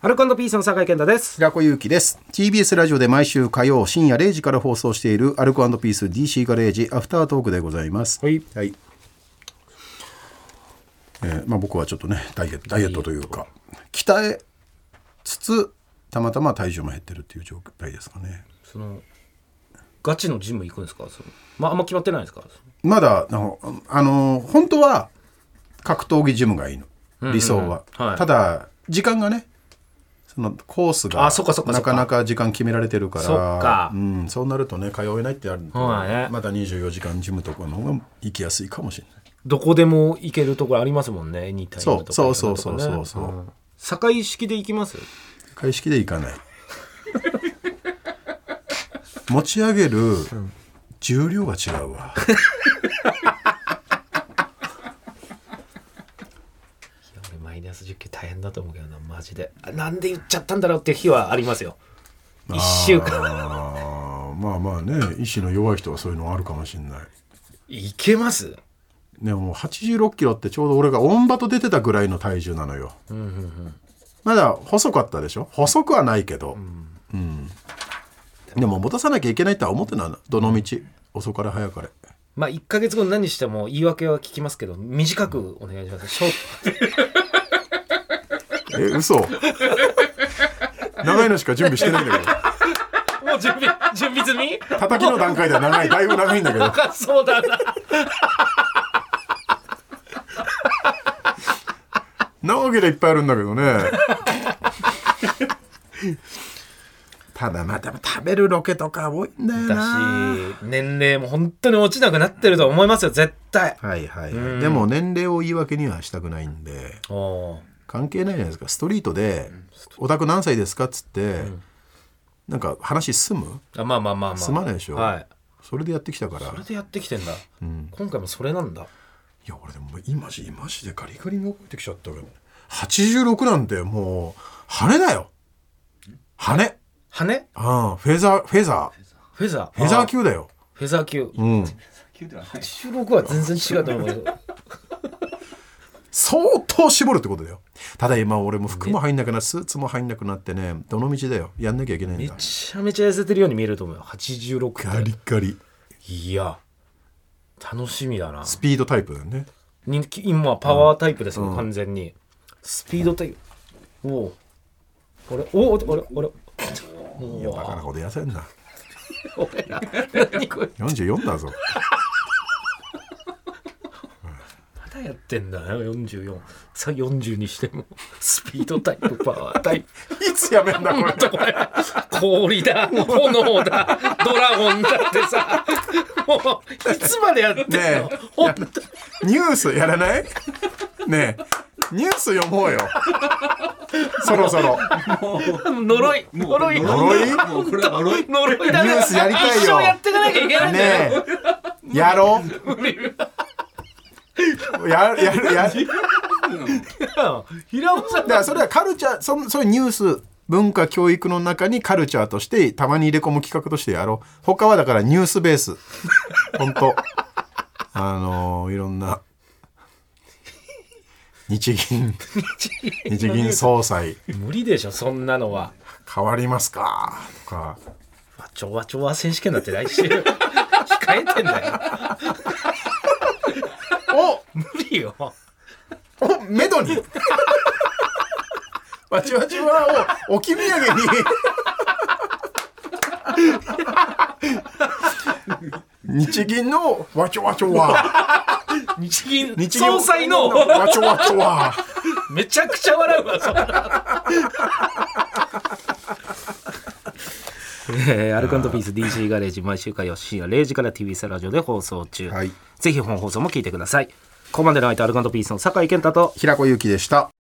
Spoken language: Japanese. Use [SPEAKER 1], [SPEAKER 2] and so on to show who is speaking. [SPEAKER 1] アルコピースの酒井健太です。
[SPEAKER 2] 平子祐希です TBS ラジオで毎週火曜深夜0時から放送しているアルコピース DC ガレージアフタートークでございます
[SPEAKER 1] はい
[SPEAKER 2] えーまあ、僕はちょっとねダイエットダイエットというか鍛えつつたまたま体重も減ってるっていう状態ですかね
[SPEAKER 1] そのガチのジム行くんですか。そのまああんま決まってないんですか。
[SPEAKER 2] まだあのあの本当は格闘技ジムがいいの理想は、
[SPEAKER 1] はい
[SPEAKER 2] ただ時間がねそのコースが
[SPEAKER 1] あそっかそっかそっ
[SPEAKER 2] な
[SPEAKER 1] か
[SPEAKER 2] かなか時間決められてるから
[SPEAKER 1] そっか
[SPEAKER 2] うん、そうなるとね通えないってあるんで、
[SPEAKER 1] そうだね
[SPEAKER 2] まだ24時間ジムとかの方が行きやすいかもしれない
[SPEAKER 1] どこでも行けるところありますもんね。エニタイムとか
[SPEAKER 2] そうそう
[SPEAKER 1] いろんなとこね
[SPEAKER 2] そうそうそうそうん
[SPEAKER 1] 堺式で行きます。
[SPEAKER 2] 会式で行かない 持ち上げる重量が違うわ
[SPEAKER 1] いや俺マイナス10キロ大変だと思うけどなマジで。あなんで行っちゃったんだろうっていう日はありますよ。一週間
[SPEAKER 2] あーまあまあね意志の弱い人はそういうのあるかもしれない
[SPEAKER 1] 行けます。
[SPEAKER 2] ねもう86キロってちょうど俺がオンバト出てたぐらいの体重なのよ、まだ細かったでしょ細くはないけど、うんでも戻さなきゃいけないとは思ってないのどの道遅かれ早かれ
[SPEAKER 1] まあ1ヶ月後に何しても言い訳は聞きますけど短くお願いします。ショート
[SPEAKER 2] え嘘 長いのしか準備してないんだけど
[SPEAKER 1] もう準備準備済み？
[SPEAKER 2] 叩きの段階では長いだいぶ長いんだけど
[SPEAKER 1] あ そうだな。
[SPEAKER 2] なわけでいっぱいあるんだけど ねただまあでも食べるロケとか多いんだよ
[SPEAKER 1] だ
[SPEAKER 2] な
[SPEAKER 1] し年齢も本当に落ちなくなってると思いますよ絶対
[SPEAKER 2] はいはい、はい、でも年齢を言い訳にはしたくないんで
[SPEAKER 1] おー
[SPEAKER 2] 関係ないじゃないですかストリートで「オタク何歳ですか?」っつって、なんか話済む
[SPEAKER 1] あまあまあまあまあ
[SPEAKER 2] 済まないでしょ
[SPEAKER 1] はい
[SPEAKER 2] それでやってきたから
[SPEAKER 1] それでやってきてんだ、今回もそれなんだ
[SPEAKER 2] いや俺でも今じ今じでガリガリに覚えてきちゃったけど86なんてもう羽だよ羽
[SPEAKER 1] 羽
[SPEAKER 2] ああフェザーフェザー
[SPEAKER 1] フェザー
[SPEAKER 2] フェザ
[SPEAKER 1] あ
[SPEAKER 2] ー級だよ
[SPEAKER 1] フェザー級
[SPEAKER 2] うん
[SPEAKER 1] 86は全然違うと思う
[SPEAKER 2] 相当絞るってことだよただ今俺も服も入んなくなスーツも入んなくなってねどの道だよやんなきゃいけないん
[SPEAKER 1] め
[SPEAKER 2] だ
[SPEAKER 1] ちゃめちゃ痩せてるように見えると思うよ86
[SPEAKER 2] ガ
[SPEAKER 1] っ
[SPEAKER 2] リガリ
[SPEAKER 1] ていや楽しみだな
[SPEAKER 2] スピードタイプだよね
[SPEAKER 1] 人気今はパワータイプですもん、完全にスピードタイプおおあれおおあれあれ
[SPEAKER 2] いやバカなこと痩せんな
[SPEAKER 1] 俺ら 何これ
[SPEAKER 2] 44だぞ
[SPEAKER 1] まだやってんだな44さ40にしてもスピードタイプパワータイプ
[SPEAKER 2] いつやめんだこれ
[SPEAKER 1] とこれ氷だ炎だドラゴンだってさもういつまでやってんの、
[SPEAKER 2] ねえ
[SPEAKER 1] 本当に
[SPEAKER 2] ニュースやらないねえニュース読もうよそろそろ
[SPEAKER 1] 呪い呪い
[SPEAKER 2] 呪い
[SPEAKER 3] もうこれは呪い
[SPEAKER 1] 呪いだね
[SPEAKER 2] ニュースやりたいよ
[SPEAKER 1] 一生やっていかなきゃいけないん
[SPEAKER 2] ね
[SPEAKER 1] だよ、
[SPEAKER 2] えやろうややるやる
[SPEAKER 1] 平尾さん
[SPEAKER 2] だからそれはカルチャーそのそういうニュース文化教育の中にカルチャーとしてたまに入れ込む企画としてやろう他はだからニュースベース本当あのーいろんな日銀日銀総裁
[SPEAKER 1] 無理でしょそんなのは
[SPEAKER 2] 変わりますかとか
[SPEAKER 1] わちょわちょわ選手権だって来週控えてんだよ
[SPEAKER 2] お
[SPEAKER 1] 無理よ
[SPEAKER 2] おめどに わちわちわを置き土産に日銀のわちょわちょわ
[SPEAKER 1] 日銀
[SPEAKER 2] 日銀
[SPEAKER 1] 総裁の
[SPEAKER 2] わちょわちょわ
[SPEAKER 1] めちゃくちゃ笑うわそんな えー、アルカンドピース DC ガレージ毎週火曜深夜0時から TBS ラジオで放送中、
[SPEAKER 2] はい
[SPEAKER 1] ぜひ本放送も聞いてくださいここまでの相手アルカンドピースの酒井健太と
[SPEAKER 2] 平子ゆきでした